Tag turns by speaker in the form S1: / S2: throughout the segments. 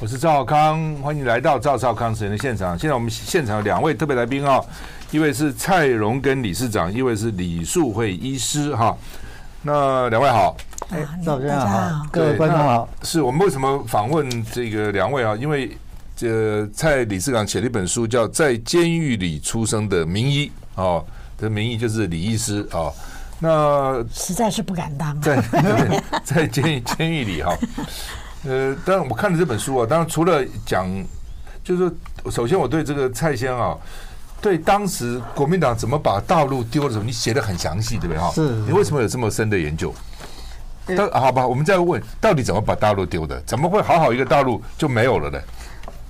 S1: 我是赵少康，欢迎来到赵少康时间的现场。现在我们现场有两位特别来宾哦，一位是蔡荣根理事长，一位是李树慧医师哈。那两位好，
S2: 哎
S3: 啊，
S2: 赵先
S3: 大
S2: 生
S3: 家
S2: 好
S3: 好，
S2: 各位观众好。
S1: 是我们为什么访问这个两位啊？因为这蔡理事长写了一本书叫《在监狱里出生的名医》哦，这名医就是李医师哦。那
S3: 实在是不敢当啊。
S1: 在 对在监狱监狱里哈、呃，当然我看了这本书啊，当然除了讲，就是说首先我对这个蔡先啊，对当时国民党怎么把大陆丢的时候，你写的很详细，对不对哈？
S2: 是
S1: 你为什么有这么深的研究？到好吧，我们再问，到底怎么把大陆丢的？怎么会好好一个大陆就没有了呢？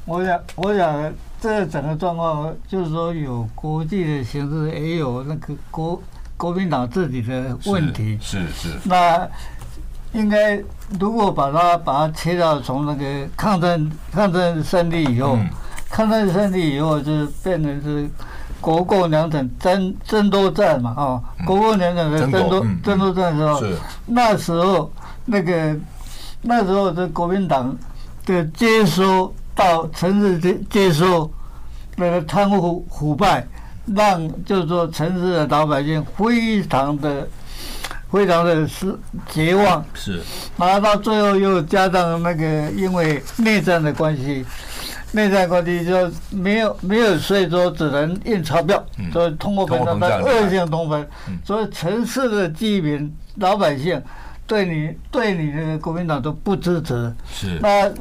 S2: 我想，我想这整个状况就是说，有国际的形势，也有那个国国民党自己的问题。
S1: 是是
S2: 那应该如果把它把它切掉，从那个抗战抗战胜利以后，
S1: 嗯
S2: 抗战胜利以后就是变成是国共两党争争夺战嘛，哦，国共两党的
S1: 争
S2: 争
S1: 夺
S2: 夺
S1: 嗯嗯
S2: 争夺战的时候，
S1: 是
S2: 那时候那个那时候的国民党的接收到城市接接收那个贪污腐败，让就是说城市的老百姓非常的非常的失绝望，
S1: 是
S2: 然后到最后又加上那个因为内战的关系，内战关系就没有没有税收，只能印钞票，
S1: 嗯
S2: 所以通货膨胀，
S1: 通货膨
S2: 它
S1: 胀
S2: 恶性通膨
S1: 嗯，
S2: 所以城市的居民老百姓对你对你这个国民党都不支持。
S1: 是
S2: 那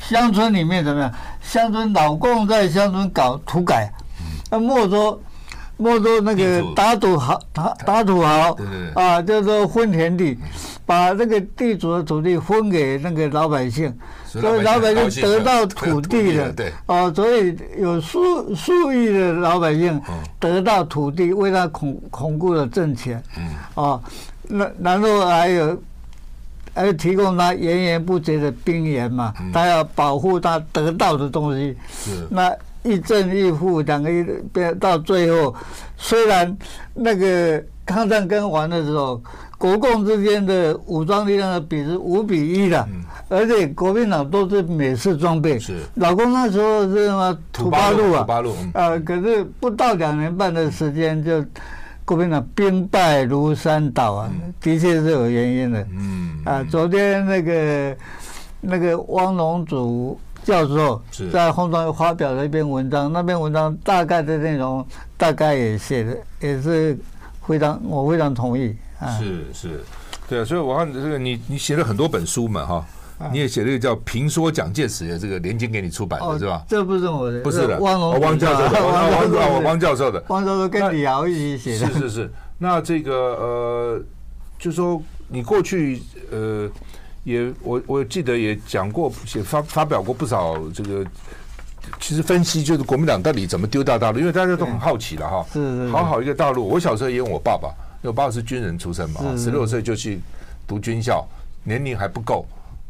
S2: 乡村里面怎么样？乡村老共在乡村搞土改，
S1: 嗯
S2: 那没收没收那
S1: 地
S2: 个
S1: 主
S2: 打土豪打打土豪
S1: 对对对嗯
S2: 啊，就是说分田地，把那个地主的土地分给那个老百姓，
S1: 所
S2: 所
S1: 以
S2: 以
S1: 老
S2: 老
S1: 百
S2: 百
S1: 姓
S2: 姓得到土地
S1: 高兴了
S2: 了，
S1: 对
S2: 啊，所以有数数亿的老百姓
S1: 嗯
S2: 得到土地，为他巩巩固了政权，
S1: 嗯
S2: 啊，那然后还有而提供他源源不绝的兵源嘛，他要保护他得到的东西。
S1: 是
S2: 那一正一负两个一变到最后，虽然那个抗战跟完的时候，国共之间的武装力量的比是五比一的，而且国民党都是美式装备。
S1: 嗯是
S2: 老公那时候是什么
S1: 土
S2: 土
S1: 八
S2: 八
S1: 路
S2: 路啊？
S1: 土八路嗯
S2: 呃，可是不到两年半的时间就。国民党兵败如山倒啊，的确是有原因的。
S1: 嗯
S2: 啊，昨天那个那个汪龙祖教授
S1: 是
S2: 在红中发表了一篇文章，那篇文章大概的内容大概也写的也是非常我非常同意啊。
S1: 是是，对啊，所以我看这个你你写了很多本书嘛哈，
S2: 啊
S1: 你也写了一个叫《评说蒋介石》的这个连经给你出版的是吧？
S2: 哦这不是我的，
S1: 不是的，
S2: 汪
S1: 哦
S2: 龙
S1: 汪教授的，
S2: 汪
S1: 汪汪汪
S2: 汪
S1: 汪教授的，
S2: 汪教授
S1: 那
S2: 跟李敖一起写的
S1: 是。是是。那这个呃，就说你过去呃，也我我记得也讲过，也发发表过不少这个。其实分析就是国民党到底怎么丢掉大陆，因为大家都很好奇了哈。
S2: 是是是
S1: 好好一个大陆，我小时候也有我爸爸，因为我爸爸是军人出身嘛，
S2: 是
S1: 十
S2: 是
S1: 六岁就去读军校，年龄还不够，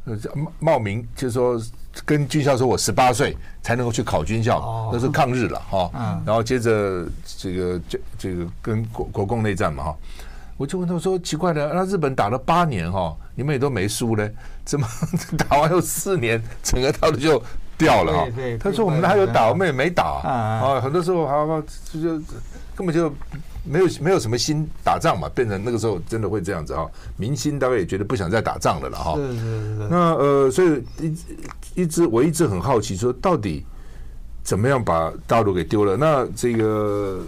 S1: 呃冒冒名就是说跟军校说我十八岁才能够去考军校，
S2: 哦
S1: 那时候抗日了哈、
S2: 嗯
S1: 然后接着这个这这个跟国国共内战嘛哈、我就问他说奇怪了，那日本打了八年哈、你们也都没输嘞，怎么 打完又四年，整个大陆就掉了哈、
S2: 对对
S1: 他说我们哪有打，
S2: 对
S1: 我们也没打
S2: 啊
S1: 啊，很多时候好好就就根本就没有没有什么心打仗嘛，变成那个时候真的会这样子哈、民心大概也觉得不想再打仗了了哈、
S2: 是是是，
S1: 那呃，所以一一直我一直很好奇，说到底怎么样把大陆给丢了？那这个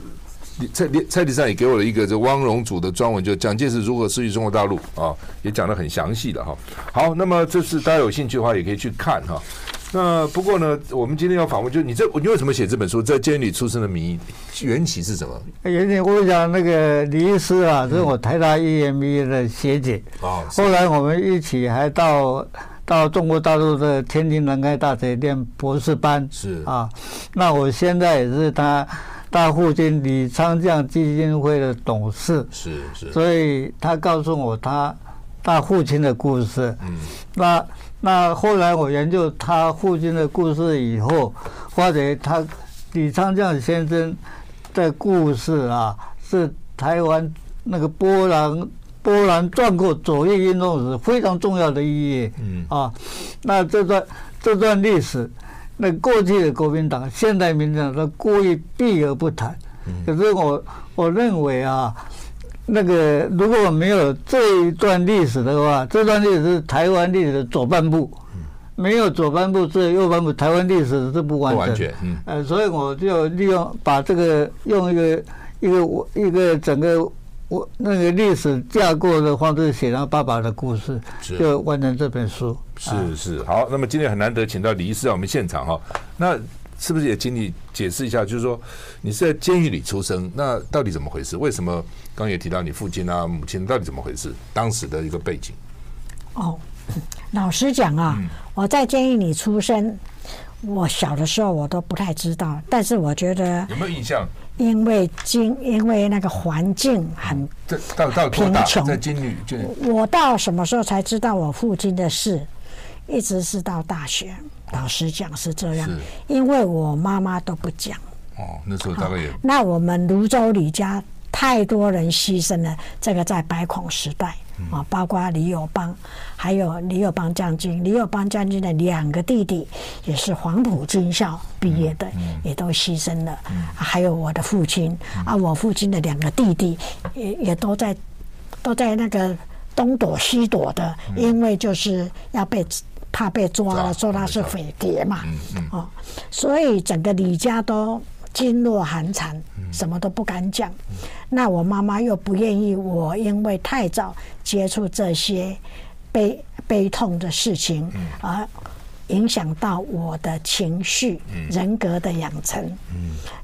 S1: 李蔡李蔡理事长也给我了一个这汪荣祖的专文，就蒋介石如何失去中国大陆啊，也讲得很详细了哈。好，那么这次大家有兴趣的话，也可以去看哈。那不过呢，我们今天要访问，就是你这你为什么写这本书？在监狱里出生的名义，缘起是什么？
S2: 有点哎我想那个李医师啊，是我台大 EMBA 的学姐。
S1: 哦
S2: 后来我们一起还到到中国大陆的天津南开大学念博士班，
S1: 是
S2: 啊，那我现在也是他他父亲李昌匠基金会的董事，
S1: 是是
S2: 所以他告诉我他他父亲的故事。
S1: 嗯，
S2: 那那后来我研究他父亲的故事以后，发觉他李昌匠先生的故事啊，是台湾那个波兰波兰壮阔左翼运动时非常重要的意义。
S1: 嗯
S2: 啊，那这段这段历史，那过去的国民党、现代民进党，他故意避而不谈。
S1: 嗯
S2: 可是我我认为啊，那个如果没有这一段历史的话，这段历史是台湾历史的左半部，
S1: 嗯
S2: 没有左半部，只有右半部，台湾历史是不完
S1: 不完
S2: 整
S1: 全嗯。
S2: 呃，所以我就利用把这个用一个一个我一个整个我那个历史架构的方式写上爸爸的故事
S1: 是，
S2: 就完成这本书。
S1: 是是，好，那么今天很难得请到李医师在我们现场哈、那是不是也请你解释一下，就是说你是在监狱里出生，那到底怎么回事？为什么刚刚也提到你父亲啊、母亲到底怎么回事？当时的一个背景，
S3: 哦，老实讲啊，我在监狱里出生，我小的时候我都不太知道，但是我觉得
S1: 有没有印象？
S3: 因为经因为那个环境很，
S1: 这到到多大？
S3: 贫穷
S1: 在监狱就
S3: 我到什么时候才知道我父亲的事，一直是到大学。老实讲是这样
S1: 是，
S3: 因为我妈妈都不讲。
S1: 哦，那时候大概也
S3: 那我们泸州李家太多人牺牲了，这个在白孔时代啊，包括李友邦，还有李友邦将军，李友邦将军的两个弟弟也是黄埔军校毕业的，也都牺牲了、啊还有我的父亲啊，我父亲的两个弟弟也也都在都在那个东躲西躲的，因为就是要被怕被抓
S1: 抓
S3: 了，啊说他是匪谍嘛，哦，所以整个李家都噤若寒蝉，什么都不敢讲。那我妈妈又不愿意我，因为太早接触这些悲悲痛的事情，而影响到我的情绪、人格的养成。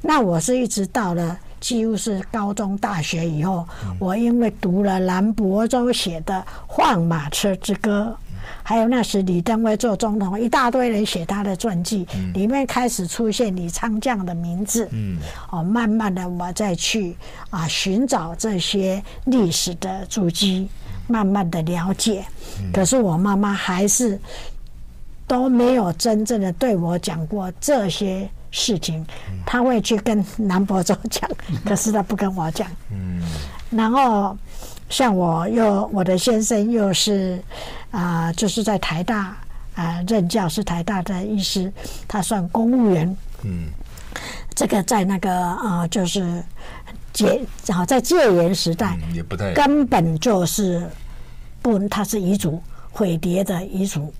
S3: 那我是一直到了几乎是高中、大学以后，我因为读了兰博州写的《换马车之歌》，还有那时李登辉做总统，一大堆人写他的传记，里面开始出现李昌匠的名字。嗯，哦，慢慢的我再去啊寻找这些历史的足迹，慢慢的了解。可是我妈妈还是都没有真正的对我讲过这些事情，他会去跟南博洲讲，可是他不跟我讲。然后像我又我的先生又是啊、就是在台大啊、任教，是台大的医师，他算公务员。嗯，这个在那个啊、就是戒好在戒严时代、
S1: 嗯也不太
S3: 根本就是不，他是遗族毁蝶的遗族。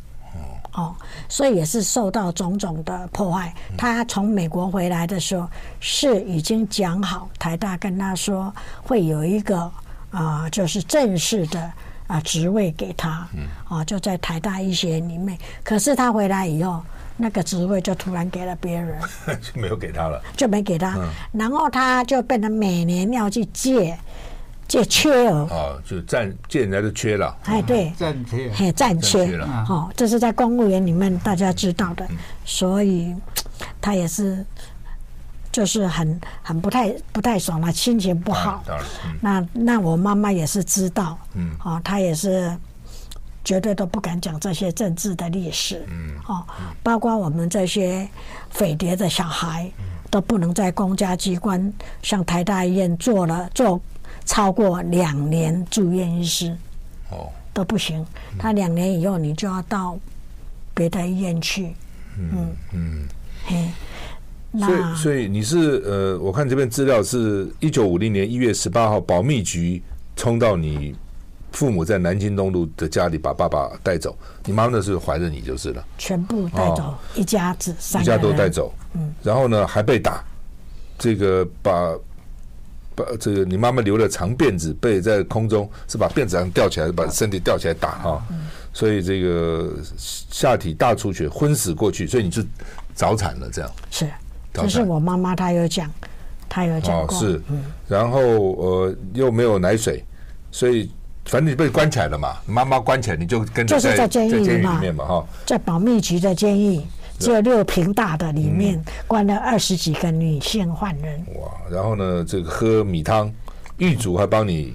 S3: 哦，所以也是受到种种的破坏。他从美国回来的时候，是已经讲好，台大跟他说会有一个啊、就是正式的啊职位给他，哦，就在台大医学院里面。可是他回来以后，那个职位就突然给了别人，
S1: 就没有给他了。
S3: 就没给他，然后他就变得每年要去借借缺额，
S1: 啊，就占借人家的缺了，
S3: 哎，对，
S2: 暂 且
S3: 嘿，暂
S1: 暂
S3: 且
S1: 缺了
S3: 哦，这是在公务员里面大家知道的，所以他也是就是很很不太不太爽了，心情不好。
S1: 当然，嗯
S3: 那那我妈妈也是知道，嗯，哦，她也是绝对都不敢讲这些政治的历史，嗯，哦，包括我们这些匪谍的小孩，都不能在公家机关，像台大医院做了做超过两年住院医师，
S1: 哦，
S3: 都不行。他两年以后，你就要到别的医院去。嗯
S1: 所
S3: 嗯，嘿，
S1: 以，
S3: 那
S1: 所以你是呃，我看这边资料是一九五零年一月十八号，保密局冲到你父母在南京东路的家里，把爸爸带走。你妈妈那时候怀着你就是了，
S3: 全部带走
S1: 哦
S3: 一家子，三
S1: 一
S3: 个
S1: 家
S3: 人
S1: 都带走。然后呢还被打，这个把把这个你妈妈留了长辫子，被在空中是把辫子上吊起来，把身体吊起来打哈、所以这个下体大出血，昏死过去，所以你就早产了这样。
S3: 是，
S1: 早
S3: 这是
S1: 产
S3: 我妈妈她有讲，她有讲
S1: 哦，
S3: 过。
S1: 是，然后呃又没有奶水，所以反正你被关起来了嘛，妈妈关起来你就跟着
S3: 就是
S1: 在
S3: 在监狱
S1: 在监狱
S3: 里
S1: 里
S3: 嘛
S1: 面嘛哈，
S3: 在保密局的监狱，只有六平大的里面
S1: 嗯
S3: 关了二十几个女性犯人。
S1: 哇，然后呢这个喝米汤，狱卒还帮你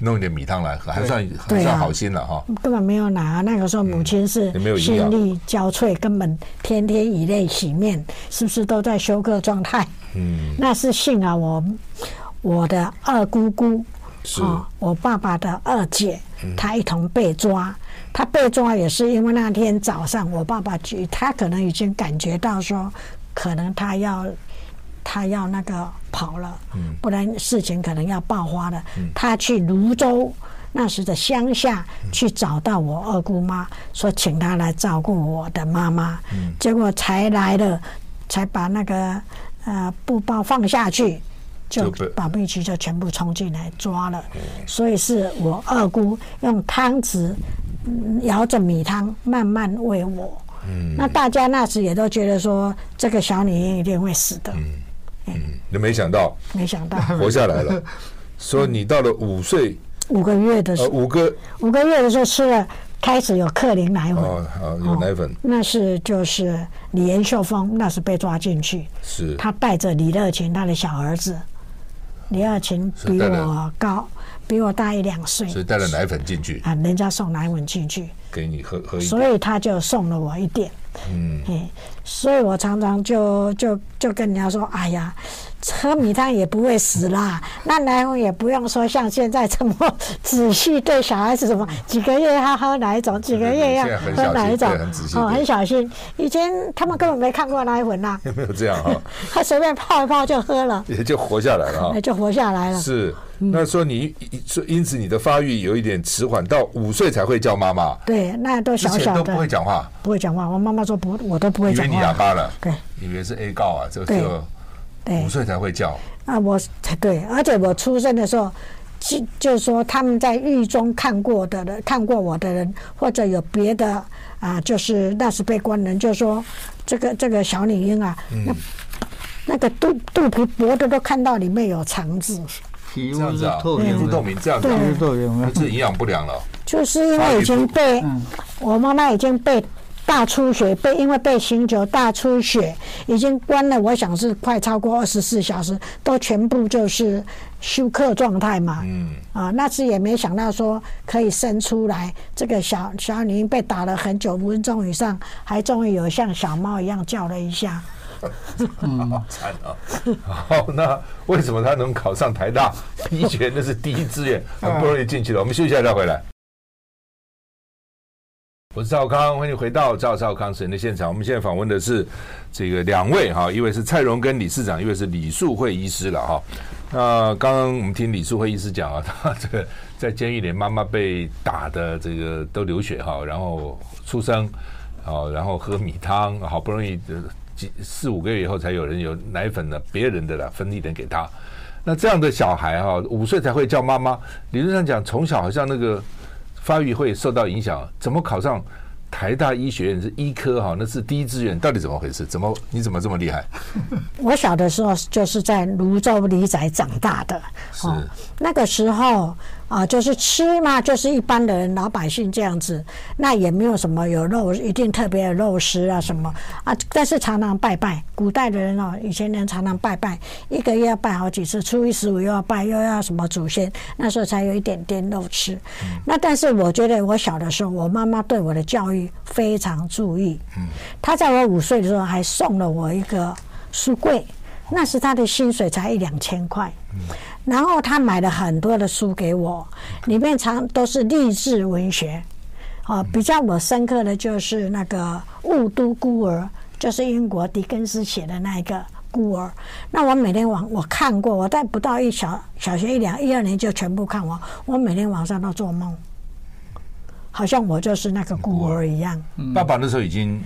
S1: 弄一点米汤来喝，还算还
S3: 对
S1: 算
S3: 啊
S1: 好心了哈。
S3: 根本没有拿。那个时候母亲是
S1: 嗯也没有营
S3: 心
S1: 养
S3: 力交瘁，根本天天以泪洗面，是不是都在休克状态？嗯，那是幸好我我的二姑姑哦
S1: 是
S3: 我爸爸的二姐，她一同被抓，他被抓也是因为那天早上我爸爸去，他可能已经感觉到说，可能他要他要那个跑了，不然事情可能要爆发了。他去泸州那时的乡下去找到我二姑妈，说请她来照顾我的妈妈，结果才来了，才把那个呃布包放下去。就
S1: 就被
S3: 保密局就全部冲进来抓了，所以是我二姑用汤匙嗯舀着米汤慢慢喂我。那大家那时也都觉得说这个小女婴一定会死的，
S1: 就没想到
S3: 没想到
S1: 活下来 了。说你到了五岁，
S3: 五个月的时
S1: 呃，五个
S3: 五个月的时候吃了，开始有克林奶粉，
S1: 哦，好有奶粉
S3: 那是就是李延秀峰，那是被抓进去，
S1: 是
S3: 他带着李乐勤他的小儿子，李乐勤
S1: 是
S3: 比
S1: 带了
S3: 我高，比我大一两岁，
S1: 所以带了奶粉进去
S3: 啊，人家送奶粉进去，
S1: 给你喝喝一点
S3: 所以他就送了我一点。
S1: 嗯
S3: 嘿，所以我常常就就就跟人家说，哎呀，喝米汤也不会死啦，那奶粉也不用说像现在这么仔细对小孩子什么几个月要喝哪一种，几个月
S1: 嗯
S3: 要
S1: 对对对现在很
S3: 喝哪一种
S1: 小心对很仔，细
S3: 哦，
S1: 对
S3: 很小心。以前他们根本没看过奶粉 呐，
S1: 有没有这样哈？
S3: 他随便泡一泡就喝了，
S1: 也就活下来了哈
S3: 那。就活下来了。
S1: 哦是，那说你所以因此你的发育有一点迟缓，到五岁才会叫妈妈，
S3: 对，那都
S1: 之
S3: 小
S1: 前
S3: 小
S1: 都不会
S3: 的，
S1: 讲话，
S3: 不会讲话。我妈妈说不，我都不会
S1: 以
S3: 讲
S1: 为你哑
S3: 话。
S1: 巴了，
S3: 对，
S1: 以为是 A 告啊，这
S3: 对
S1: 就
S3: 对
S1: 五。岁才会叫，
S3: 啊，我对，啊而且我出生的时候，就就是说他们在狱中看过的人，看过我的人，或者有别的啊，就是那时被关人，就说这个这个小女婴啊，那那个肚肚皮薄的都看到里面有肠子，
S2: 皮
S1: 这
S2: 肤
S1: 样
S2: 是
S1: 子啊，
S2: 透
S1: 皮肤
S2: 明
S1: 透
S2: 的，
S1: 明这样子
S3: 对
S1: 啊，
S2: 皮肤透明
S1: 那
S2: 的，
S1: 这营养不良了，
S3: 就是因为已经被我妈妈已经被大出血，被因为被醒酒大出血，已经关了，我想是快超过二十四小时，都全部就是休克状态嘛。
S1: 嗯，
S3: 啊，那次也没想到说可以生出来这个小小女婴被打了很久，五分钟以上，还终于有像小猫一样叫了一下。
S2: 嗯
S1: 好惨啊！好，那为什么他能考上台大？ 医学那是第一志愿，很不容易进去的。我们休息一下再回来。我是赵康，欢迎回到赵少康神的现场。我们现在访问的是这个两位哈，一位是蔡荣根理事长，一位是李树慧医师了哈。那刚刚我们听李树慧医师讲啊，他这个在监狱里妈妈被打的这个都流血哈，然后出生，哦，然后喝米汤，好不容易呃几四五个月以后才有人有奶粉的，别人的了分一点给他。那这样的小孩哈、五岁才会叫妈妈，理论上讲，从小好像那个发育会受到影响，怎么考上台大医学院是医科哈、那是第一志愿，到底怎么回事？怎么你怎么这么厉害？
S3: 我小的时候就是在泸州里仔长大的，哦
S1: 是
S3: 那个时候啊，就是吃嘛，就是一般的人老百姓这样子，那也没有什么有肉，一定特别的肉食啊什么啊，但是常常拜拜。古代的人哦，以前人常常拜拜，一个月要拜好几次，初一十五又要拜，又要什么祖先，那时候才有一点点肉吃。那但是我觉得我小的时候，我妈妈对我的教育非常注意，她在我五岁的时候还送了我一个书柜。那时他的薪水才一两千块，然后他买了很多的书给我，里面常都是励志文学。哦，比较我深刻的就是那个《雾都孤儿》，就是英国狄更斯写的那一个孤儿。那我每天晚我看过，我在不到一小小学一两一二年就全部看完，我每天晚上都做梦，好像我就是那个孤儿一样。
S2: 嗯
S1: 爸爸那时候已经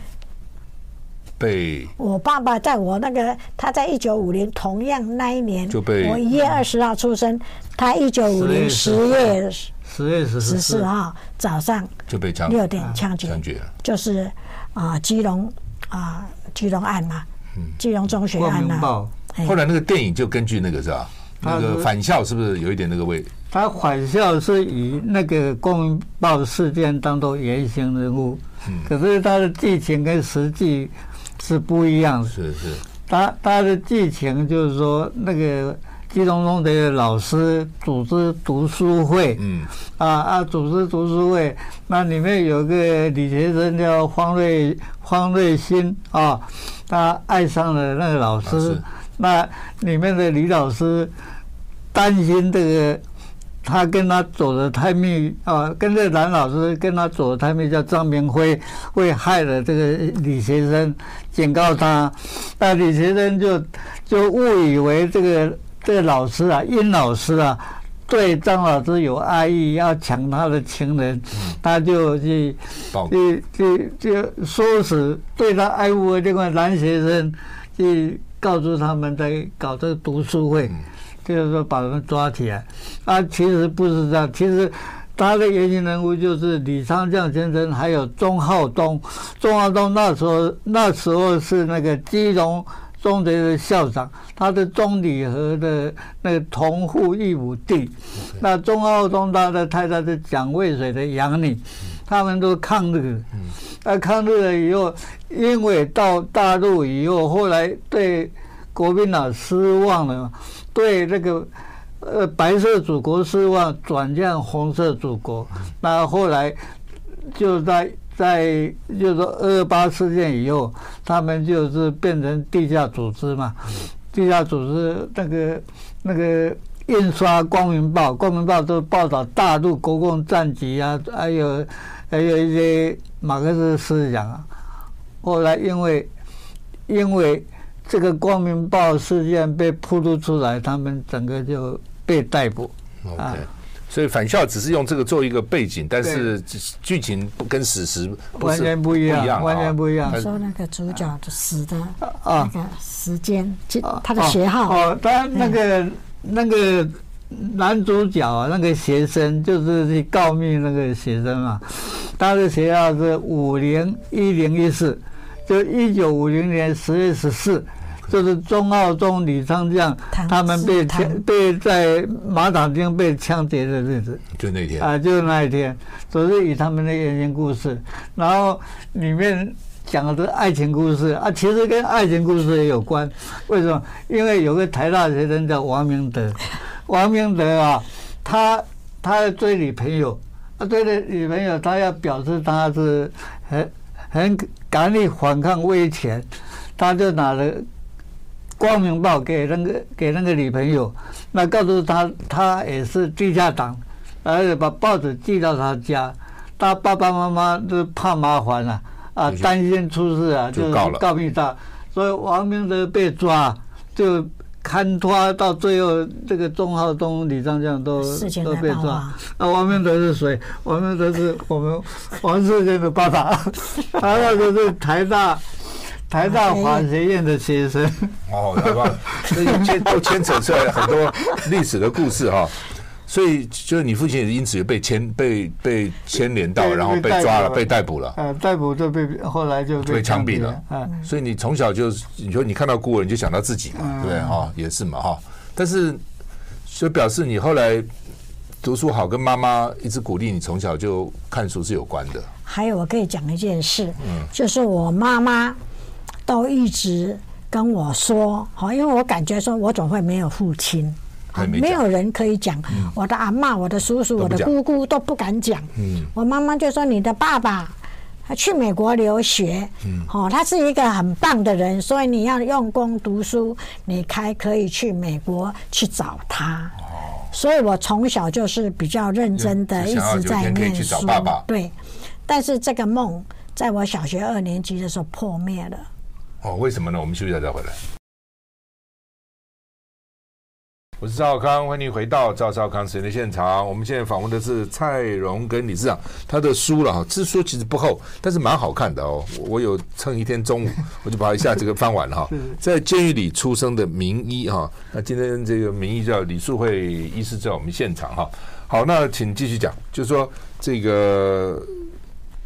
S1: 被
S3: 我爸爸在我那个，他在一九五零同样那一年
S1: 就被
S3: 我一月二十号出生，他一九五零十
S2: 10
S3: 月
S2: 十月十
S3: 十
S2: 四
S3: 四号早上
S1: 就被枪
S3: 六点枪决，
S1: 啊枪决了，
S3: 就是啊、基隆啊、基隆案嘛，基隆中学
S2: 光
S3: 案
S2: 明
S3: 呐、
S2: 报，
S3: 哎
S1: 后来那个电影就根据那个是
S2: 啊
S1: 吧？那
S2: 他是
S1: 个返校是不是有一点那个味？
S2: 他返校是以那个光明报事件当做原型人物，
S1: 嗯
S2: 可是他的剧情跟实际是不一样的。
S1: 是是，
S2: 他他的剧情就是说，那个基隆中学的老师组织读书会，
S1: 嗯，
S2: 啊啊，组织读书会，那里面有个女学生叫方瑞方瑞欣啊，她爱上了那个老
S1: 老
S2: 师
S1: 师，
S2: 那里面的李老师担心这个他跟他走的太密啊，跟这蓝老师跟他走的太密，叫张明辉，会害了这个李学生，警告他，那李学生就就误以为这个这个老师啊，殷老师啊。对张老师有爱意，要抢他的情人，他就去
S1: 报
S2: 去去去唆使对他爱护的这个男学生，去告诉他们在搞这个读书会，就是说把他们抓起来。啊，其实不是这样，其实他的原型人物就是李昌匠先生，还有钟浩东。钟浩东那时候那时候是那个基隆。中学的校长，他的中理和的那个同父异母弟，那中澳中大的太太是蒋渭水的养女，他们都抗日，那抗日了以后，因为到大陆以后，后来对国民党失望了，对那个呃白色祖国失望，转向红色祖国，那后来就在。在就是说二八事件以后，他们就是变成地下组织嘛，地下组织那个那个印刷《光明报》，《光明报》都报道大陆国共战局啊，还有还有一些马克思思想啊。后来因为因为这个《光明报》事件被曝露出来，他们整个就被逮捕。啊
S1: OK，所以返校只是用这个做一个背景，但是剧情不跟史实不
S2: 完
S1: 是
S2: 全不一样哦
S1: 啊
S2: 完全不一样
S1: 它
S3: 你说那个主角就死的那
S2: 啊
S3: 个时间，就
S2: 哦
S3: 他的学号，嗯
S2: 哦，他那个那个男主角啊，那个学生就是去告密那个学生嘛，他的学号是五零一零一四，就一九五零年十月十四。就是中澳中李昌匠
S3: 唐
S2: 他们被
S3: 是唐
S2: 枪被在马场经被枪决的日子，
S1: 就那天
S2: 啊，就是那一天，都是以他们的原型故事，然后里面讲的都是爱情故事啊，其实跟爱情故事也有关。为什么？因为有个台大学生叫王明德，王明德啊，他他追女朋友，啊，追的女朋友，他要表示他是很很敢于反抗威权，他就拿了《光明报》给那个给那个女朋友，那告诉他他也是地下党，而且把报纸寄到他家，他爸爸妈妈都怕麻烦了啊，
S1: 就去
S2: 担心出事啊，
S1: 就
S2: 就是
S1: 告了
S2: 告密他，所以王明德被抓就。看他到最后，这个钟浩东、李章将都
S3: 事件
S2: 都
S3: 的
S2: 被
S3: 爆
S2: 抓
S3: 发。
S2: 啊，王明德是谁？王明德是我 们王世坚的爸爸， 他那个是台大台大法学院的学生。
S1: 哦，好 吧，所以牵都牵扯出来很多历史的故事哈。所以就是你父亲也因此被牵被被牵连到，
S2: 被
S1: 然后被
S2: 被逮捕
S1: 抓了，
S2: 了
S1: 被逮捕了。
S2: 呃，逮捕就被后来就
S1: 被
S2: 被
S1: 枪毙
S2: 毙
S1: 了
S2: 啊，
S1: 所以你从小就你说你看到孤儿你就想到自己
S2: 嗯
S1: 嘛，对不对哈？也是嘛哈。但是就表示你后来读书好，跟妈妈一直鼓励你从小就看书是有关的。
S3: 还有我可以讲一件事，就是我妈妈都一直跟我说，好，因为我感觉说我总会没有父亲。哦
S1: 还没讲嗯
S3: 没有人可以讲，我的阿嬷、我的叔叔、
S1: 都
S3: 我
S1: 不
S3: 的
S1: 讲嗯
S3: 姑姑都不敢讲。我妈妈就说：“你的爸爸他去美国留学，
S1: 嗯
S3: 哦，他是一个很棒的人，所以你要用功读书，你才可以去美国去找他。”所以我从小就是比较认真的，
S1: 就
S3: 一
S1: 想要
S3: 直
S1: 有
S3: 在
S1: 天可以
S3: 念
S1: 去找
S3: 书。
S1: 爸爸
S3: 对，但是这个梦在我小学二年级的时候破灭了。
S1: 哦，为什么呢？我们休息一下再回来。我是赵少康，欢迎回到赵少康时间的现场。我们现在访问的是蔡荣跟李市长，他的书了哈，这书其实不厚，但是蛮好看的哦。我我有趁一天中午，我就把它一下这个翻完 了哈。在监狱里出生的名医哈，那今天这个名医叫李树慧医师在我们现场哈。好，那请继续讲，就是说这个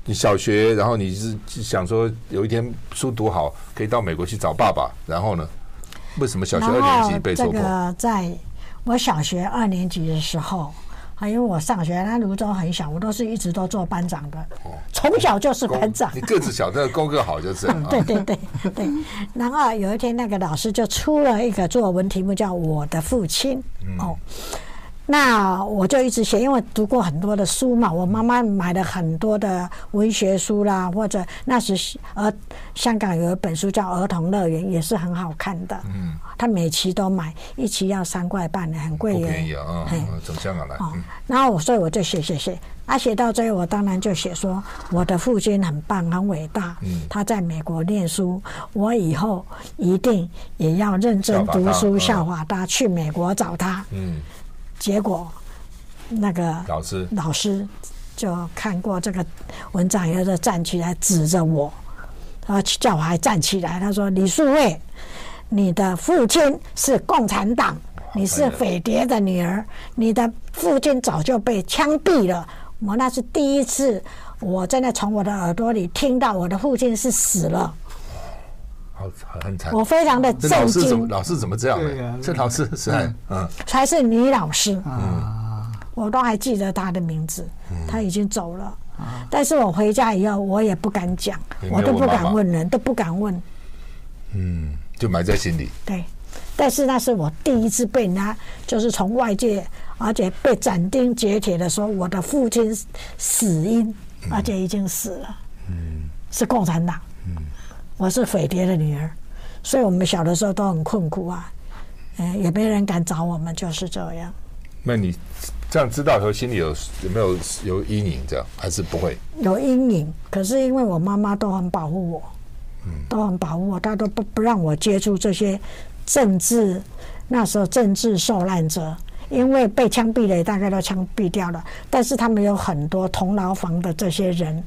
S1: 你小学，然后你是想说有一天书读好，可以到美国去找爸爸，然后呢？为什么小学二
S3: 然
S1: 年级
S3: 后
S1: 被
S3: 这
S1: 戳破？
S3: 个在我小学二年级的时候，啊，因为我上学，那泸州很小，我都是一直都做班长的，
S1: 哦
S3: 从小就是
S1: 功
S3: 班长嗯
S1: 你。个子小，但是功课好就是了啊。
S3: 对对对对。然后有
S1: 嗯
S3: 一天，那个老师就出了一个作文题目，叫《我的父亲》哦。那我就一直写，因为读过很多的书嘛，我妈妈买了很多的文学书啦，或者那时呃香港有一本书叫《儿童乐园》，也是很好看的。嗯，她每期都买，一期要三块半，很贵
S1: 不
S3: 耶。
S1: 便宜啊啊
S3: 嘿！
S1: 从香港来，
S3: 哦
S1: 嗯，
S3: 然后我所以我就写写写，啊，写到最后我当然就写说我的父亲很棒，很伟大，
S1: 嗯
S3: 他在美国念书，我以后一定也要认真读书，
S1: 效
S3: 效
S1: 法
S3: 法他，去美国找他。
S1: 嗯，
S3: 结果那个
S1: 老师
S3: 老师就看过这个文章以后，就站起来指着我，然后叫我还站起来。他说：“李素慧，你的父亲是共产党，你是匪谍的女儿，你的父亲早就被枪毙了。”我那是第一次，我真的从我的耳朵里听到我的父亲是死了，
S1: 好很很惨。
S3: 我非常的
S1: 这老
S3: 震
S1: 师怎么
S3: 哦惊。
S1: 老师怎么这样
S2: 对啊
S1: 呢？这老师是很嗯，
S3: 才是女老师，
S2: 啊，
S3: 我都还记得他的名字，
S1: 嗯
S3: 他已经走了。但是我回家以后，我也不敢讲，
S1: 啊也没有
S3: 我都不
S1: 问妈妈
S3: 敢问人，都不敢问。
S1: 就埋在心里。
S3: 对，但是那是我第一次被人家就是从外界，而且被斩钉截铁的说我的父亲死因，
S1: 嗯
S3: 而且已经死了，是共产党，
S1: 嗯
S3: 我是匪谍的女儿，所以我们小的时候都很困苦啊，嗯、也没人敢找我们，就是这样。
S1: 那你这样知道以后，心里有有没有有阴影？这样还是不会？
S3: 有阴影，可是因为我妈妈都很保护我，都很保护我，她都不不让我接触这些政治，那时候政治受难者，因为被枪毙的也大概都枪毙掉了，但是他们有很多同牢房的这些人，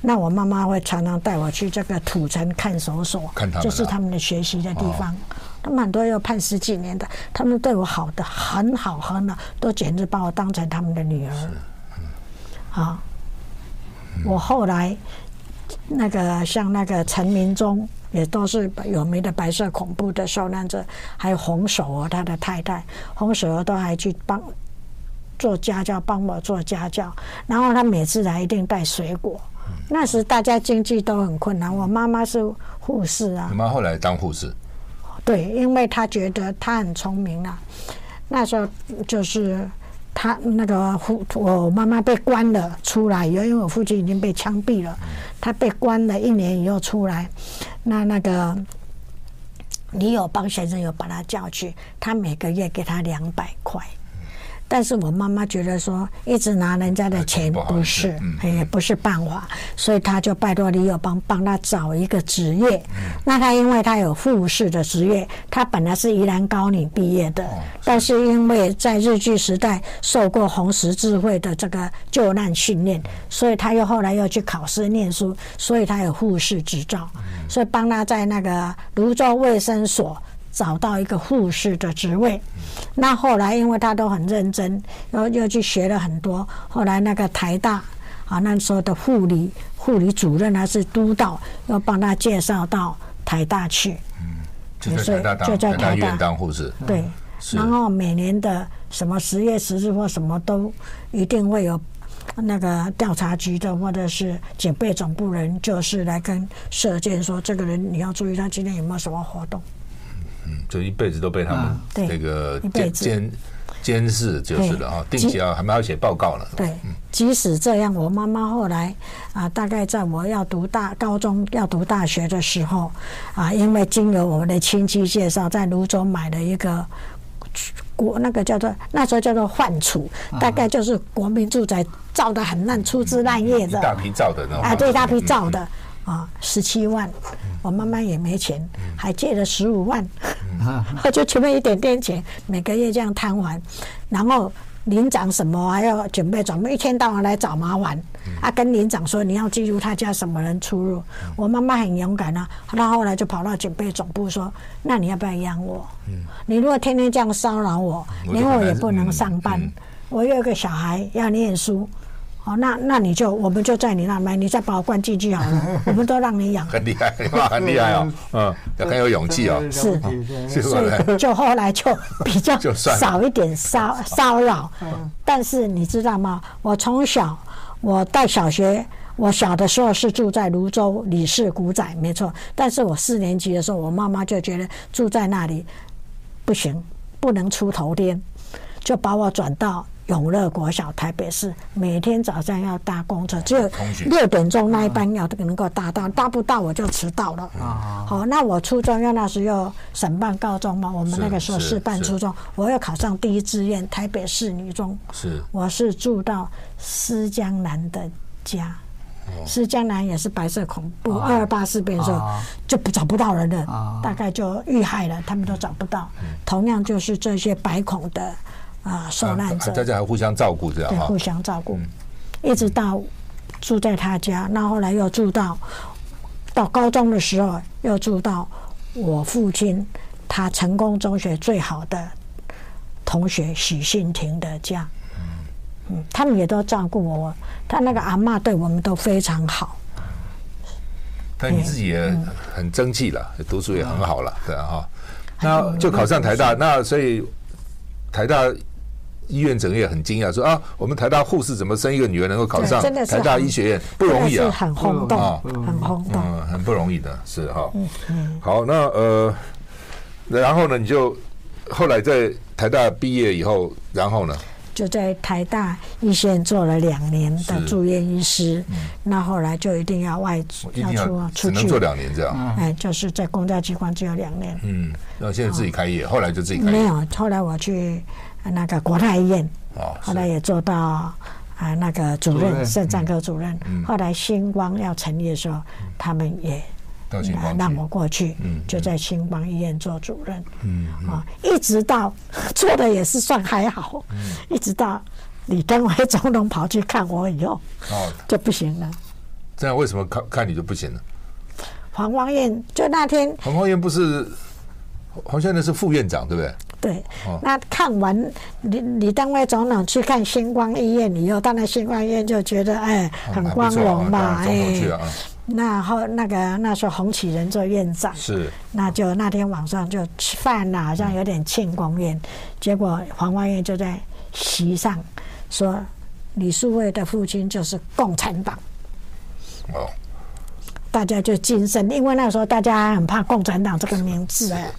S3: 那我妈妈会常常带我去这个土城看守所，
S1: 看他们啊哦
S3: 就是他们的学习的地方。他们很多要判十几年的，他们对我好的很好很好，都简直把我当成他们的女儿。
S1: 嗯
S3: 啊，我后来那个像那个陈明忠，也都是有名的白色恐怖的受难者，还有洪守娥他的太太，洪守娥都还去帮做家教，帮我做家教。然后他每次来一定带水果。那时大家经济都很困难，我妈妈是护士啊
S1: 你，妈后来当护士，
S3: 对，因为他觉得他很聪明啊。那时候就是他那个父，我妈妈被关了出来以后，因为我父亲已经被枪毙了，他被关了一年以后出来，那那个李友邦先生有把他叫去，他每个月给他两百块。但是我妈妈觉得说，一直拿人家的钱
S1: 不好
S3: 不
S1: 意思
S3: 是
S1: 嗯，
S3: 也不是办法，所以他就拜托李友邦帮他找一个职业。那他因为他有护士的职业，他本来是宜兰高女毕业的，但是因为在日据时代受过红十字会的这个救难训练，所以他又后来又去考试念书，所以他有护士执照，所以帮他在那个泸州卫生所。找到一个护士的职位，那后来因为他都很认真，然后又去学了很多。后来那个台大啊，那时候的护理护理主任还是督导，又帮他介绍到台大去。
S1: 就
S3: 也
S1: 在
S3: 是
S1: 台大
S3: 就
S1: 当
S3: 在
S1: 台大
S3: 台
S1: 医
S3: 大嗯
S1: 院当护士。
S3: 对，
S1: 嗯是
S3: 然后每年的什么十月十日或什么都一定会有那个调查局的或者是警备总部人，就是来跟射箭说，这个人你要注意他今天有没有什么活动。
S1: 就一辈子都被他们
S3: 嗯对
S1: 这个
S3: 一
S1: 监
S3: 辈子
S1: 监监视就是了啊，
S3: 对
S1: 定期要还们要写报告了。
S3: 对，即使这样，我妈妈后来啊，大概在我要读大高中、要读大学的时候啊，因为经由我们的亲戚介绍，在泸州买了一个国那个叫做那时候叫做换储，
S1: 啊
S3: 大概就是国民住宅造的很烂、粗枝烂叶
S1: 一
S3: 的
S1: 大批照的那种
S3: 啊，对，大批
S1: 照
S3: 造的啊，十七万，我妈妈也没钱，还借了十五万， 就前面一点点钱，每个月这样摊还，然后。领长什么还要准备准备，一天到晚来找麻烦
S1: 嗯
S3: 啊！跟领长说你要记住他家什么人出入。我妈妈很勇敢啊，她后来就跑到警备总部说：“那你要不要养我？你如果天天这样骚扰我，
S1: 嗯我就
S3: 连
S1: 很
S3: 我
S1: 难
S3: 也不能
S1: 嗯
S3: 上班
S1: 嗯，
S3: 我有一个小孩要念书。”哦，那那你就我们就在你那买，你再把我关进去好 了，我们都让你养。
S1: 很厉害， 哇，很厉害哦，嗯，要很有勇气哦，
S3: 是
S1: 是不
S3: 所
S1: 是？
S3: 以就后来就比 较
S1: 就算了
S3: 少一点骚骚扰。但是你知道吗？我从小，我到小学，我小的时候是住在泸州李氏古仔，没错。但是我四年级的时候，我妈妈就觉得住在那里不行，不能出头天。就把我转到永乐国小台北市，每天早上要搭公车，只有
S1: 通勤
S3: 六点钟那一班要能够搭到，搭不到我就迟到了。
S1: 啊
S3: 好，那我初中要那时候省办高中嘛，我们那个时候
S1: 是
S3: 市办
S1: 是
S3: 初中，我又考上第一志愿台北市女中，
S1: 是
S3: 我是住到施江南的家。施江南也是白色恐怖，二二八事变的时候
S2: 啊
S3: 就不找不到人
S2: 啊
S3: 了，大概就遇害了，他们都找不到。同样就是这些白恐的啊受难
S1: 啊大
S3: 者，
S1: 家还互相照顾这样
S3: 对
S1: 哈
S3: 互。相照顾，
S1: 嗯
S3: 一直到住在他家，那后来又住到到高中的时候，又住到我父亲他成功中学最好的同学许信廷的家。嗯，他们也都照顾我，他那个阿嬷对我们都非常好。
S1: 但你自己也很争气了，
S3: 嗯
S1: 读书也很好了，对啊哈。那就考上台大，那所以台大医院整个也很惊讶，说啊，我们台大护士怎么生一个女儿能够考上
S3: 对真的是
S1: 台大
S3: 很
S1: 医学院，不容易
S3: 真的
S1: 啊
S3: 是，很轰动，
S1: 啊
S3: 很轰动。
S1: 嗯，很不容易的，是哈。
S3: 嗯
S1: 好，那呃，然后呢，你就后来在台大毕业以后，然后呢，
S3: 就在台大医学院做了两年的
S1: 是嗯
S3: 住院医师，那后来就一定要外出
S1: 我一定要
S3: 出啊
S1: 只
S3: 出
S1: 能做
S3: 去，
S1: 两年这样。
S2: 嗯
S3: 哎，就是在公家机关只有两年，
S1: 嗯，那现在自己开业，后来就自己开
S3: 没
S1: 业
S3: 有。后来我去呃那个国泰医院，
S1: 啊，
S3: 后来也做到啊那个主
S2: 主
S3: 任，
S2: 任嗯
S3: 肾脏科主任。后来星光要成立的时候，他们也
S1: 到新
S3: 啊
S1: 光
S3: 让
S1: 去
S3: 我过去，就在星光医院做主任，
S2: 嗯
S3: 啊，一直到 做的也是算还好，
S2: 嗯
S3: 一直到李登辉总统跑去看我以后
S1: 哦，
S3: 就不行了。
S1: 这样为什么看看你就不行了？
S3: 黄光彦就那天
S1: 黄光彦不是，黄先生是副院长，对不对？
S3: 对
S1: 哦，
S3: 那看完李李登辉总统去看星光医院以后，当然星光医院就觉得哎很
S1: 还不
S3: 光
S1: 错啊
S3: 荣嘛，
S1: 当然总统去了
S3: 哎
S1: 啊，
S3: 那后那个那时候洪启仁做院长，
S1: 是
S3: 那就那天晚上就吃饭啊了，好像有点庆功宴，结果黄光彦就在席上说，李树慧的父亲就是共产党，
S1: 哦，
S3: 大家就精神，因为那时候大家很怕共产党这个名字哎，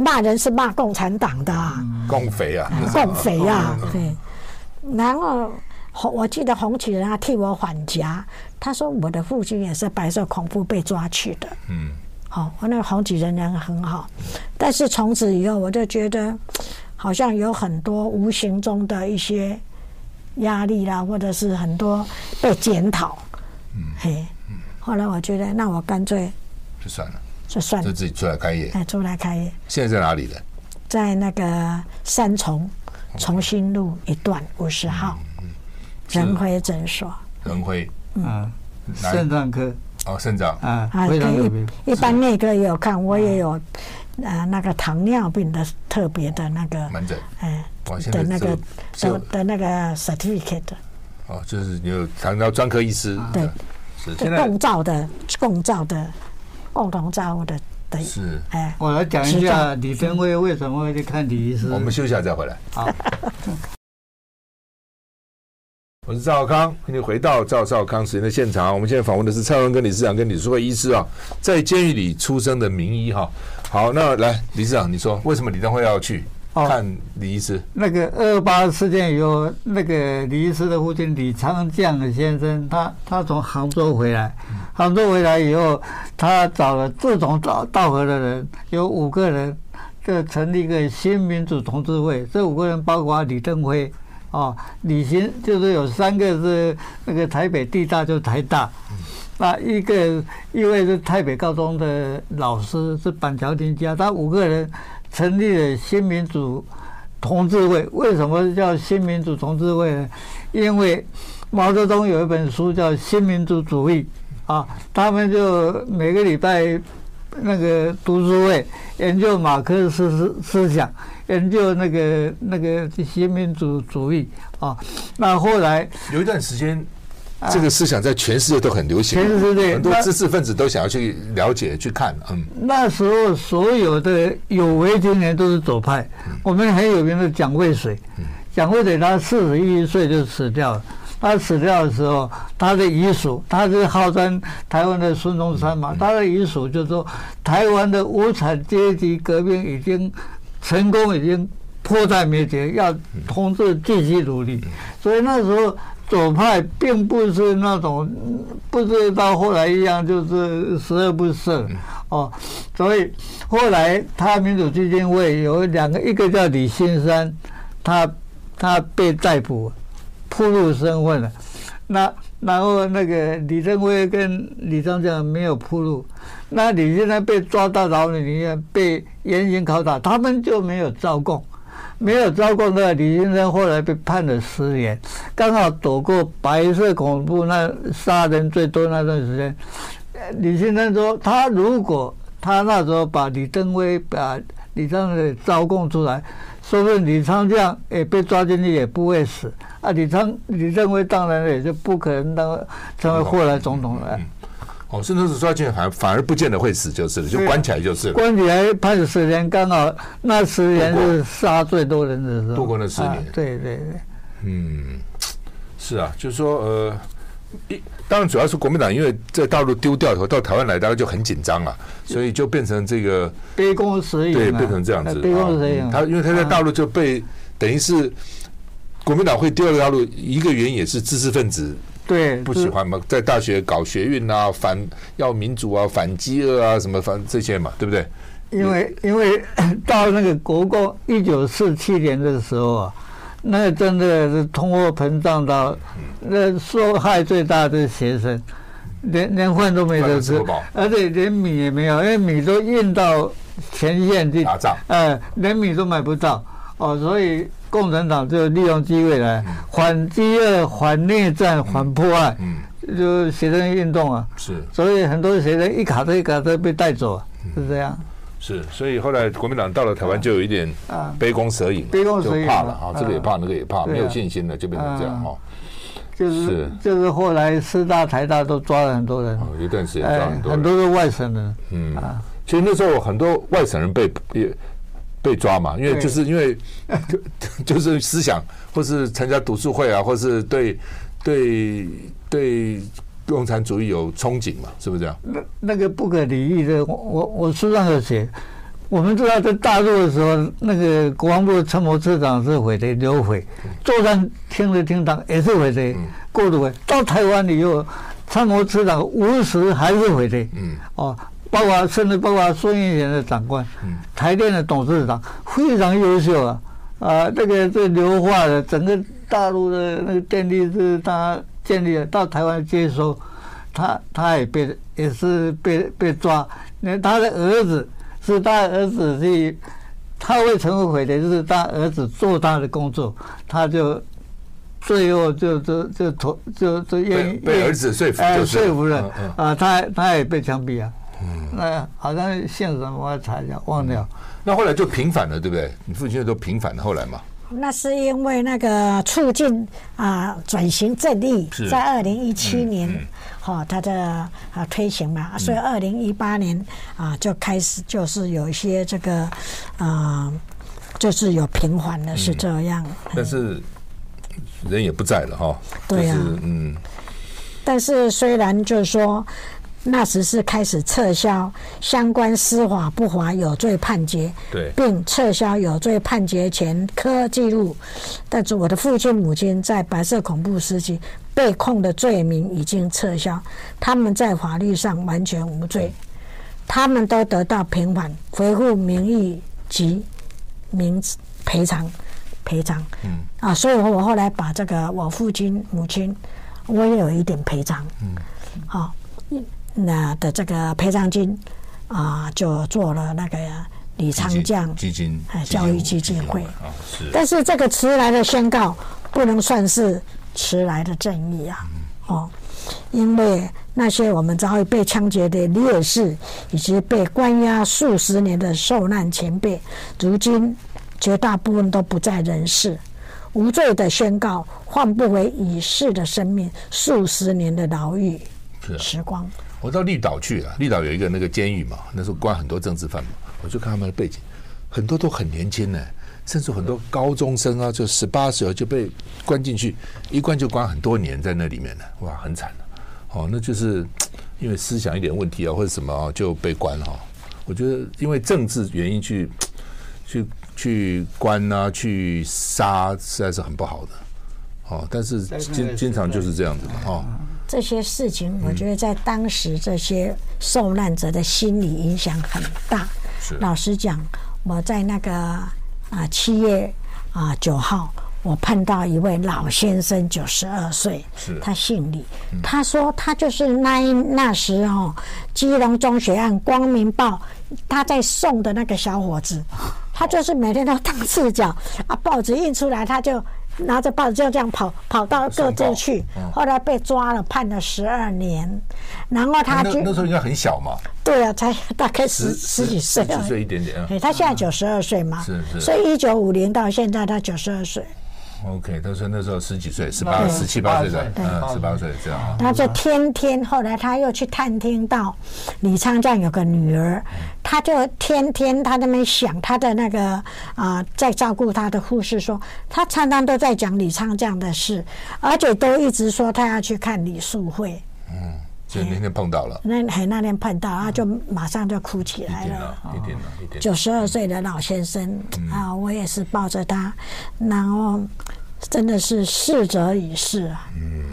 S3: 骂人是骂共产党的啊、
S1: 共匪啊，
S3: 共匪啊，对。然后洪我记得洪启仁他替我缓颊，他说我的父亲也是白色恐怖被抓去的。
S1: 嗯，
S3: 好、我那个洪启仁人很好，但是从此以后我就觉得，好像有很多无形中的一些压力啦，或者是很多被检讨。嗯，嘿，后来我觉得，那我干脆
S1: 就算了，
S3: 就算
S1: 就
S3: 了，
S1: 自己出来开业。
S3: 哎，出来开业，
S1: 现在在哪里的？
S3: 在那个三重重新路一段五十号仁辉诊所
S1: 仁辉
S2: 啊，
S1: 哪里
S2: 肾脏科
S1: 哦，肾脏
S2: 啊，
S3: 啊，
S2: 非常有名。
S3: 一一般内科也有看，我也有呃那个糖尿病的特别的那个
S1: 门诊。
S3: 哎
S1: 哇，现在
S3: 的那
S1: 这
S3: 个
S1: 个这
S3: 的
S1: 个
S3: 的那个 certificate
S1: 哦，就是你有谈到专科医师，
S3: 对，
S1: 是
S3: 就
S1: 现
S3: 共照的共照的共同照顾的的
S1: 是。
S3: 哎。
S2: 我来讲一
S3: 执
S2: 下
S3: 照
S2: 李登辉为什么会去看李医师。
S1: 我们休息一下再回来。
S2: 嗯好。
S1: 我是赵少康，欢迎回到赵少康时间的现场。我们现在访问的是蔡文跟理事长跟李淑慧医师啊，在监狱里出生的名医哈、好，那来理事长，你说为什么李登辉要去
S2: 哦
S1: 看李医师？
S2: 那个二八事件以后，那个李医师的父亲李昌匠先生，他他从杭州回来，杭州回来以后，他找了志同道道合的人，有五个人，就成立一个新民主同志会。这五个人包括李登辉，哦，李新就是有三个是那个台北地大，就是台大。那一个一位是台北高中的老师，是板桥林家，他五个人成立了新民主同志会。为什么叫新民主同志会呢？因为毛泽东有一本书叫《新民主主义》啊，他们就每个礼拜那个读书会研究马克思思思想，研究那个那个新民主主义啊。那后来
S1: 有一段时间，啊这个思想在全世界都很流行，
S2: 全世界
S1: 很多
S2: 那
S1: 知识分子都想要去了解、去看。嗯，
S2: 那时候所有的有为青年都是左派，我们很有名的蒋渭水，蒋渭水他四十一岁就死掉了。他死掉的时候，他的遗属，他是号称台湾的孙中山嘛，他的遗属就说，台湾的无产阶级革命已经成功，已经迫在眉睫，要同志继续努力。所以那时候左派并不是那种，嗯不是到后来一样就是十恶不赦哦。 所以后来他民主基金会有两个，一个叫李新山，他他被逮捕，暴露身份了。那然后那个李登辉跟李章江没有铺路，那李现在被抓到牢里面被严刑拷打，他们就没有招供，没有招供的李先生后来被判了十年，刚好躲过白色恐怖那杀人最多那段时间。呃李先生说，他如果他那时候把李登辉把李章江招供出来，说不定李昌将也被抓进去也不会死啊！李昌李登辉当然也就不可能当成为后来总统了，
S1: 哦，甚至是抓进去还反而不见得会死，就是了，就
S2: 对啊
S1: 关起来就是了，
S2: 关起来判十年，刚好那十年是杀最多人的时候，
S1: 度过那十年
S2: 啊对对对，
S1: 嗯是啊，就是说呃。一当然，主要是国民党，因为在大陆丢掉以后，到台湾来，大家就很紧张啊，所以就变成这个
S2: 杯弓蛇影啊，
S1: 对，变成这样子。
S2: 杯弓蛇
S1: 啊
S2: 影。
S1: 他因为他在大陆就被等于是国民党会丢了大陆，一个原因也是知识分子
S2: 对
S1: 不喜，欢嘛，在大学搞学运啊，反要民主啊，反饥饿啊，什么反这些嘛，对不对？
S2: 是因为
S1: 嗯
S2: 因为 到那个国共一九四七年的时候啊，那个真的是通货膨胀到，那受害最大的学生，连连饭都没
S1: 饭
S2: 得
S1: 都吃
S2: 吃
S1: 不饱，
S2: 而且连米也没有，因为米都运到前线去
S1: 打仗
S2: 呃，连米都买不到哦，所以共产党就利用机会来反饥饿、反内战、反破坏，
S1: 嗯，
S2: 就是学生运动啊。
S1: 是
S2: 所以很多学生一卡车一卡车被带走啊，
S1: 嗯
S2: 是这样。
S1: 是，所以后来国民党到了台湾就有一点
S2: 啊
S1: 杯弓蛇影，
S2: 杯弓蛇影
S1: 就怕了
S2: 啊
S1: 啊，这个也怕，那个也怕，
S2: 对啊
S1: 没有信心了，就变成这样
S2: 啊
S1: 哦。
S2: 就是
S1: 是
S2: 就是后来师大、台大都抓了很多人，
S1: 哦有一段时间抓
S2: 哎，
S1: 很多
S2: 很
S1: 人。
S2: 多是外省人，
S1: 嗯
S2: 啊，
S1: 其实那时候很多外省人被也被抓嘛，因为
S2: 对
S1: 就是因为 就是思想，或是参加读书会啊，或是对对对共产主义有憧憬嘛，是不是这样？
S2: 那那个不可理喻的，我我我书上有写。我们知道，在大陆的时候，那个国防部参谋次长是匪的刘斐，
S1: 嗯
S2: 作战厅的厅长也是匪的郭汝伟。到台湾以后，参谋次长吴石还是匪的，
S1: 嗯
S2: 哦，包括甚至包括孙运璇的长官，
S1: 嗯
S2: 嗯台电的董事长非常优秀啊，啊，那个这刘化的整个大陆的那个电力是他建立的，到台湾接收，他他也被也是被被抓，那他的儿子是他儿子去。他会成为毁的，就是他儿子做他的工作，他就最后就就就投就就愿
S1: 被
S2: 意
S1: 被儿子说服
S2: 哎，
S1: 就是了
S2: 说服了
S1: 嗯嗯
S2: 啊，他他也被枪毙啊，那好像姓什么我查一下忘掉，
S1: 那后来就平反了，对不对？你父亲都平反了，后来嘛，
S3: 那是因为那个促进啊转型正义
S1: 是，
S3: 在二零一七年，哦，它的啊推行嘛，所以二零一八年啊就开始就是有一些这个啊，就是有平缓的是这样，
S1: 但是人也不在了哈，就是
S3: 对啊
S1: 嗯，
S3: 但是虽然就是说。那时是开始撤销相关司法不法有罪判决，
S1: 对，
S3: 并撤销有罪判决前科记录。但是我的父亲、母亲在白色恐怖时期被控的罪名已经撤销，他们在法律上完全无罪，他们都得到平反、维护名誉及民赔偿、赔偿。嗯啊，所以我后来把这个我父亲、母亲，我也有一点赔偿。嗯，好、那的这个赔偿金啊、就做了那个
S1: 基
S3: 李昌
S1: 金
S3: 将
S1: 基金
S3: 哎教育基金会
S1: 啊，是
S3: 但是这个迟来的宣告不能算是迟来的正义啊，
S1: 嗯
S3: 哦，因为那些我们遭遇被枪决的烈士，以及被关押数十年的受难前辈，如今绝大部分都不在人世。无罪的宣告换不回已逝的生命数十年的牢狱
S1: 是啊
S3: 时光。
S1: 我到绿岛去啊了，绿岛有一个那个监狱嘛，那时候关很多政治犯嘛，我就看他们的背景，很多都很年轻呢、甚至很多高中生啊，就十八岁就被关进去，一关就关很多年在那里面呢、哇，很惨的、哦，那就是嘖因为思想一点问题啊，或者什么啊，就被关哈、我觉得因为政治原因去嘖去去关啊，去杀，实在是很不好的。哦，但是
S2: 在那个
S1: 经经常就是这样子嘛，哦，
S3: 这些事
S1: 嗯
S3: 情，我觉得在当时这些受难者的心理影响很大
S1: 是。
S3: 老实讲，我在那个啊七月啊九号，我碰到一位老先生，九十二岁
S1: 是，嗯
S3: 他姓李，他说他就是那一那时候、基隆中学案《光明报》他在送的那个小伙子，他就是每天都当赤脚啊，报纸印出来他就。拿着报纸就这样跑跑到各
S1: 送报
S3: 地去，
S1: 嗯
S3: 后来被抓了，判了十二年，然后
S1: 那
S3: 他就
S1: 那时候应该很小嘛，
S3: 对啊，才大概十十几岁
S1: 十
S3: 而
S1: 几
S3: 已。
S1: 岁一点点啊。
S3: 对他现在九十二岁嘛，
S1: 是是哦
S3: 所以一九五零到现在他九十二岁，
S1: OK，他说那时候十几岁，十八、
S2: 对
S1: 十七八岁的，
S2: 对
S1: 嗯，十八岁这样啊。
S3: 他就天天后来他又去探听到李昌湛有个女儿，
S1: 嗯
S3: 他就天天他在那边想他的那个啊、在照顾他的护士说，他常常都在讲李昌湛的事，而且都一直说他要去看李素慧。
S1: 就那天碰到了，
S3: 那还那天碰到，他就马上就哭
S1: 嗯
S3: 起
S1: 一
S3: 来
S1: 点
S3: 了。
S1: 了，一点了，一点。
S3: 九十二岁的老先生、啊，我也是抱着他，然后真的是逝者已逝啊。嗯，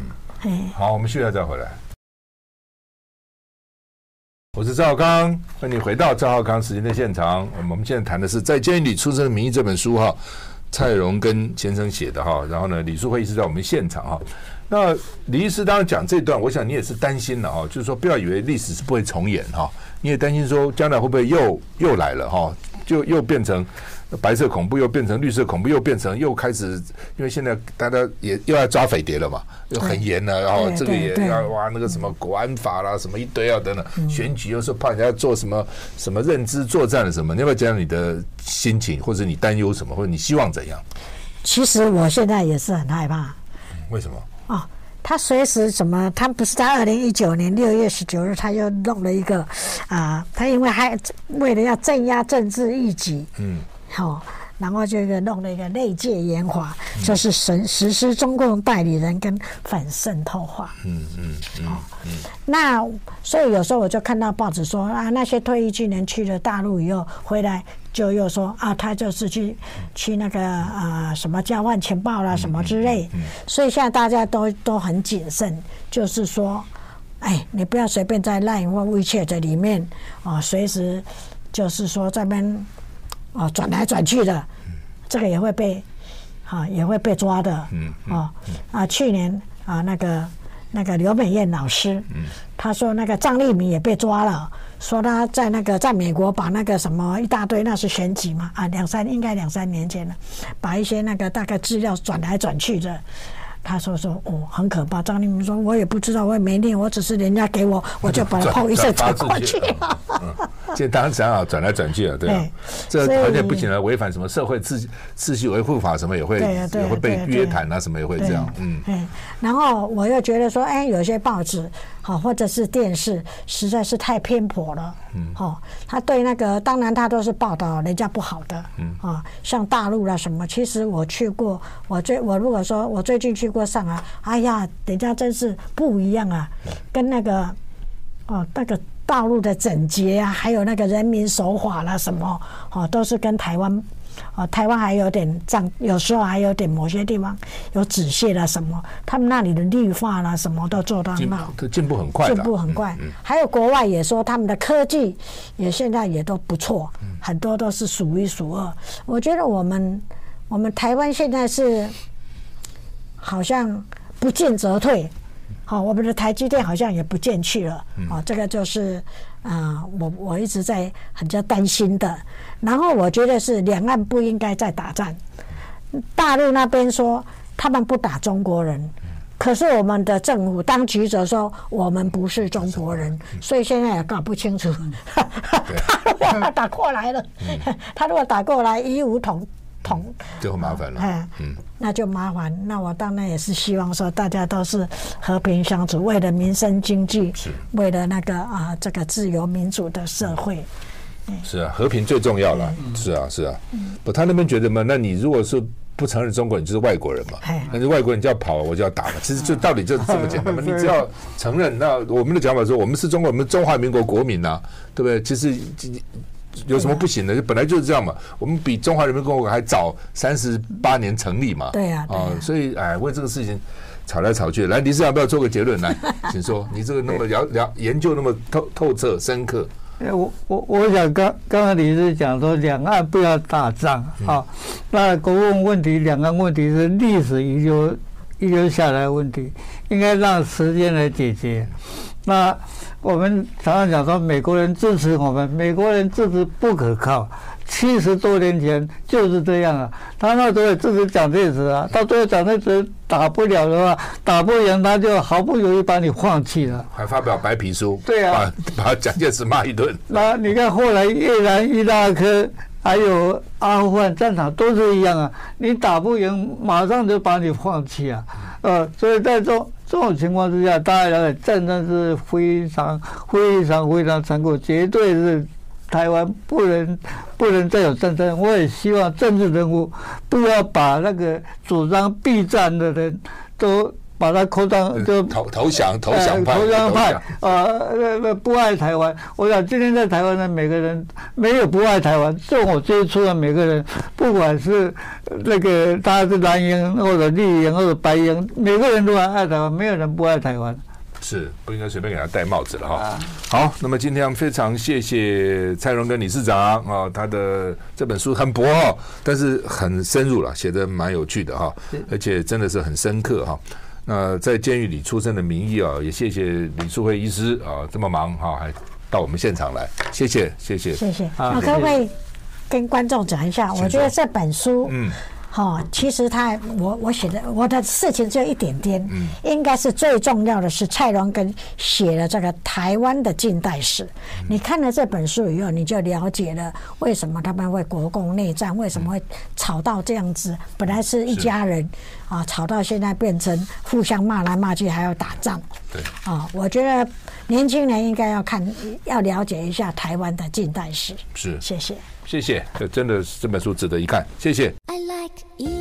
S3: 哎，
S1: 好，我们休息一下再回来。我是赵康，欢迎回到赵浩康时间的现场。嗯我们现在谈的是《在监狱里出生的名义》这本书哈，蔡荣跟先生写的哈。然后呢，李淑慧医师在我们现场哈。那李医师当然讲这段，我想你也是担心了哈，就是说不要以为历史是不会重演哈，你也担心说将来会不会又又来了哈，就又变成白色恐怖，又变成绿色恐怖，又变成又开始，因为现在大家也又要抓匪谍了嘛，又很严了，然后
S3: 对
S1: 这个
S3: 对
S1: 也
S3: 对
S1: 要哇，那个什么国安法啦，什么一堆啊等等，选举又是怕人家做什么什么认知作战了什么，你要不要讲讲你的心情，或者你担忧什么，或者你希望怎样？
S3: 其实我现在也是很害怕
S1: 为什么？
S3: 哦。他随时什么？他不是在二零一九年六月十九日，他又弄了一个啊，他因为还为了要镇压政治异己，
S1: 嗯，
S3: 好、然后就一个弄了一个内界研华，就是实实施中共代理人跟反渗透化。嗯嗯嗯。那所以有时候我就看到报纸说啊，那些退役军人去了大陆以后回来，就又说啊，他就是去去那个啊、呃什么交换情报啦、什么之类。所以现在大家都都很谨慎，就是说。哎，你不要随便在 Line 或 WeChat 里面啊，随时就是说这边哦，转来转去的，这个也会被，啊，也会被抓的。嗯，哦，啊，去年啊，那个那个刘美艳老师，嗯，她说那个张立民也被抓了，说他在那个在美国把那个什么一大堆，那是选举嘛，啊，两三应该两三年前了，把一些那个大概资料转来转去的。他说说哦，很可怕。张立民说，我也不知道，我也没念，我只是人家给我，我就把它
S1: 转
S3: 碰一下转
S1: 转
S3: 过
S1: 发出
S3: 去
S1: 去
S3: 了。
S1: 现在当然想好转来转去啊，对啊
S3: 对，
S1: 这
S3: 所以
S1: 而且不仅呢违反什么社会秩秩序维护法什么也会
S3: 对啊对啊
S1: 也会被
S3: 对啊对啊
S1: 约谈啊什么也会这样，嗯。
S3: 嗯，哎，然后我又觉得说，哎，有些报纸好、或者是电视，实在是太偏颇了，嗯，哦，他对那个，当然他都是报道人家不好的，嗯，啊、像大陆啦什么，其实我去过，我最我如果说我最近去过上海，哎呀，人家真是不一样啊，跟那个哦，那个道路的整洁啊，还有那个人民守法啦、什么，哦，都是跟台湾，哦，台湾还有点障，有时候还有点某些地方有止血啦、什么，他们那里的绿化啦、什么都做得
S1: 进
S3: 很好，
S1: 它进步很快的，嗯
S3: 进步很快。还有国外也说他们的科技也现在也都不错，很多都是数一数二。我觉得我们我们台湾现在是好像不进则退。好、我们的台积电好像也不见去了。
S1: 嗯
S3: 哦，这个就是啊、我我一直在很加担心的。然后我觉得是两岸不应该再打仗。大陆那边说他们不打中国人，可是我们的政府当局者说我们不是中国人，所以现在也搞不清楚。 他如果打过来了，他如果打过来一无统统。
S1: 就很麻烦了。
S3: 哎，那就麻烦。那我当然也是希望说，大家都是和平相处，为了民生经济，为了那个啊、这个自由民主的社会。
S1: 是啊，和平最重要
S3: 嗯
S1: 了。是啊，是啊。不，他那边觉得嘛，那你如果是不承认中国人，你就是外国人嘛
S3: 哎。
S1: 那你外国人就要跑，我就要打嘛。其实就道理就这么简单嘛。你
S3: 哎
S1: 只要啊承认，那我们的讲法说，我们是中国，我们中华民国国民呐、对不对？其实有什么不行的？就本来就是这样嘛。我们比中华人民共和国还早三十八年成立嘛。
S3: 对啊对啊
S1: 所以哎，为这个事情吵来吵去。来，李市长，要不要做个结论来，请说。你这个那么了了研究那么透透彻深刻，
S2: 呃我我我想刚刚刚你是讲说两岸不要打仗啊，那国共问题、两岸问题是历史遗留遗留下来的问题，应该让时间来解决。那我们常常讲说美国人支持我们，美国人支持不可靠。七十多年前就是这样啊，他那时候也支持蒋介石啊，到最后蒋介石打不了的话，打不赢他就毫不犹豫把你放弃了。
S1: 还发表白皮书，
S2: 对啊
S1: 把把蒋介石骂一顿。
S2: 那你看后来越南、伊拉克还有阿富汗战场都是一样啊，你打不赢，马上就把你放弃啊。呃，所以在这种这种情况之下，大家了解战争是非常非常非常残酷，绝对是台湾不能不能再有战争。我也希望政治人物不要把那个主张避战的人都把他扣上 就
S1: 投投降，投降派，
S2: 呃投降
S1: 投
S2: 派，呃，那那不爱台湾。我想今天在台湾的每个人没有不爱台湾，这我接触的每个人，不管是呃那个他是蓝营或者绿营或者白营，每个人都很爱台湾，没有人不爱台湾。
S1: 是不应该随便给他戴帽子了
S2: 啊
S1: 哈。好，那么今天非常谢谢蔡荣根理事长啊、他的这本书很薄哦，但是很深入了，写的蛮有趣的哈、而且真的是很深刻哈、那在监狱里出生的名义啊，也谢谢李树慧医师啊、这么忙哈、还到我们现场来，谢谢谢谢。
S3: 谢谢。
S2: 好
S3: 我可不可以跟观众讲一下？
S1: 说
S3: 我觉得这本书，
S1: 嗯
S3: 嗯，哦，其实它我我写的我的事情只有一点点，嗯，应该是最重要的是蔡荣根写了这个台湾的近代史。你看了这本书以后，你就了解了为什么他们会国共内战，为什么会吵到这样子，本来是一家人啊，吵到现在变成互相骂来骂去，还要打仗。
S1: 对，
S3: 啊，我觉得年轻人应该要看，要了解一下台湾的近代史。
S1: 是
S3: 谢谢。
S1: 谢谢，这真的是这本书值得一看，谢谢。
S4: I like Eli.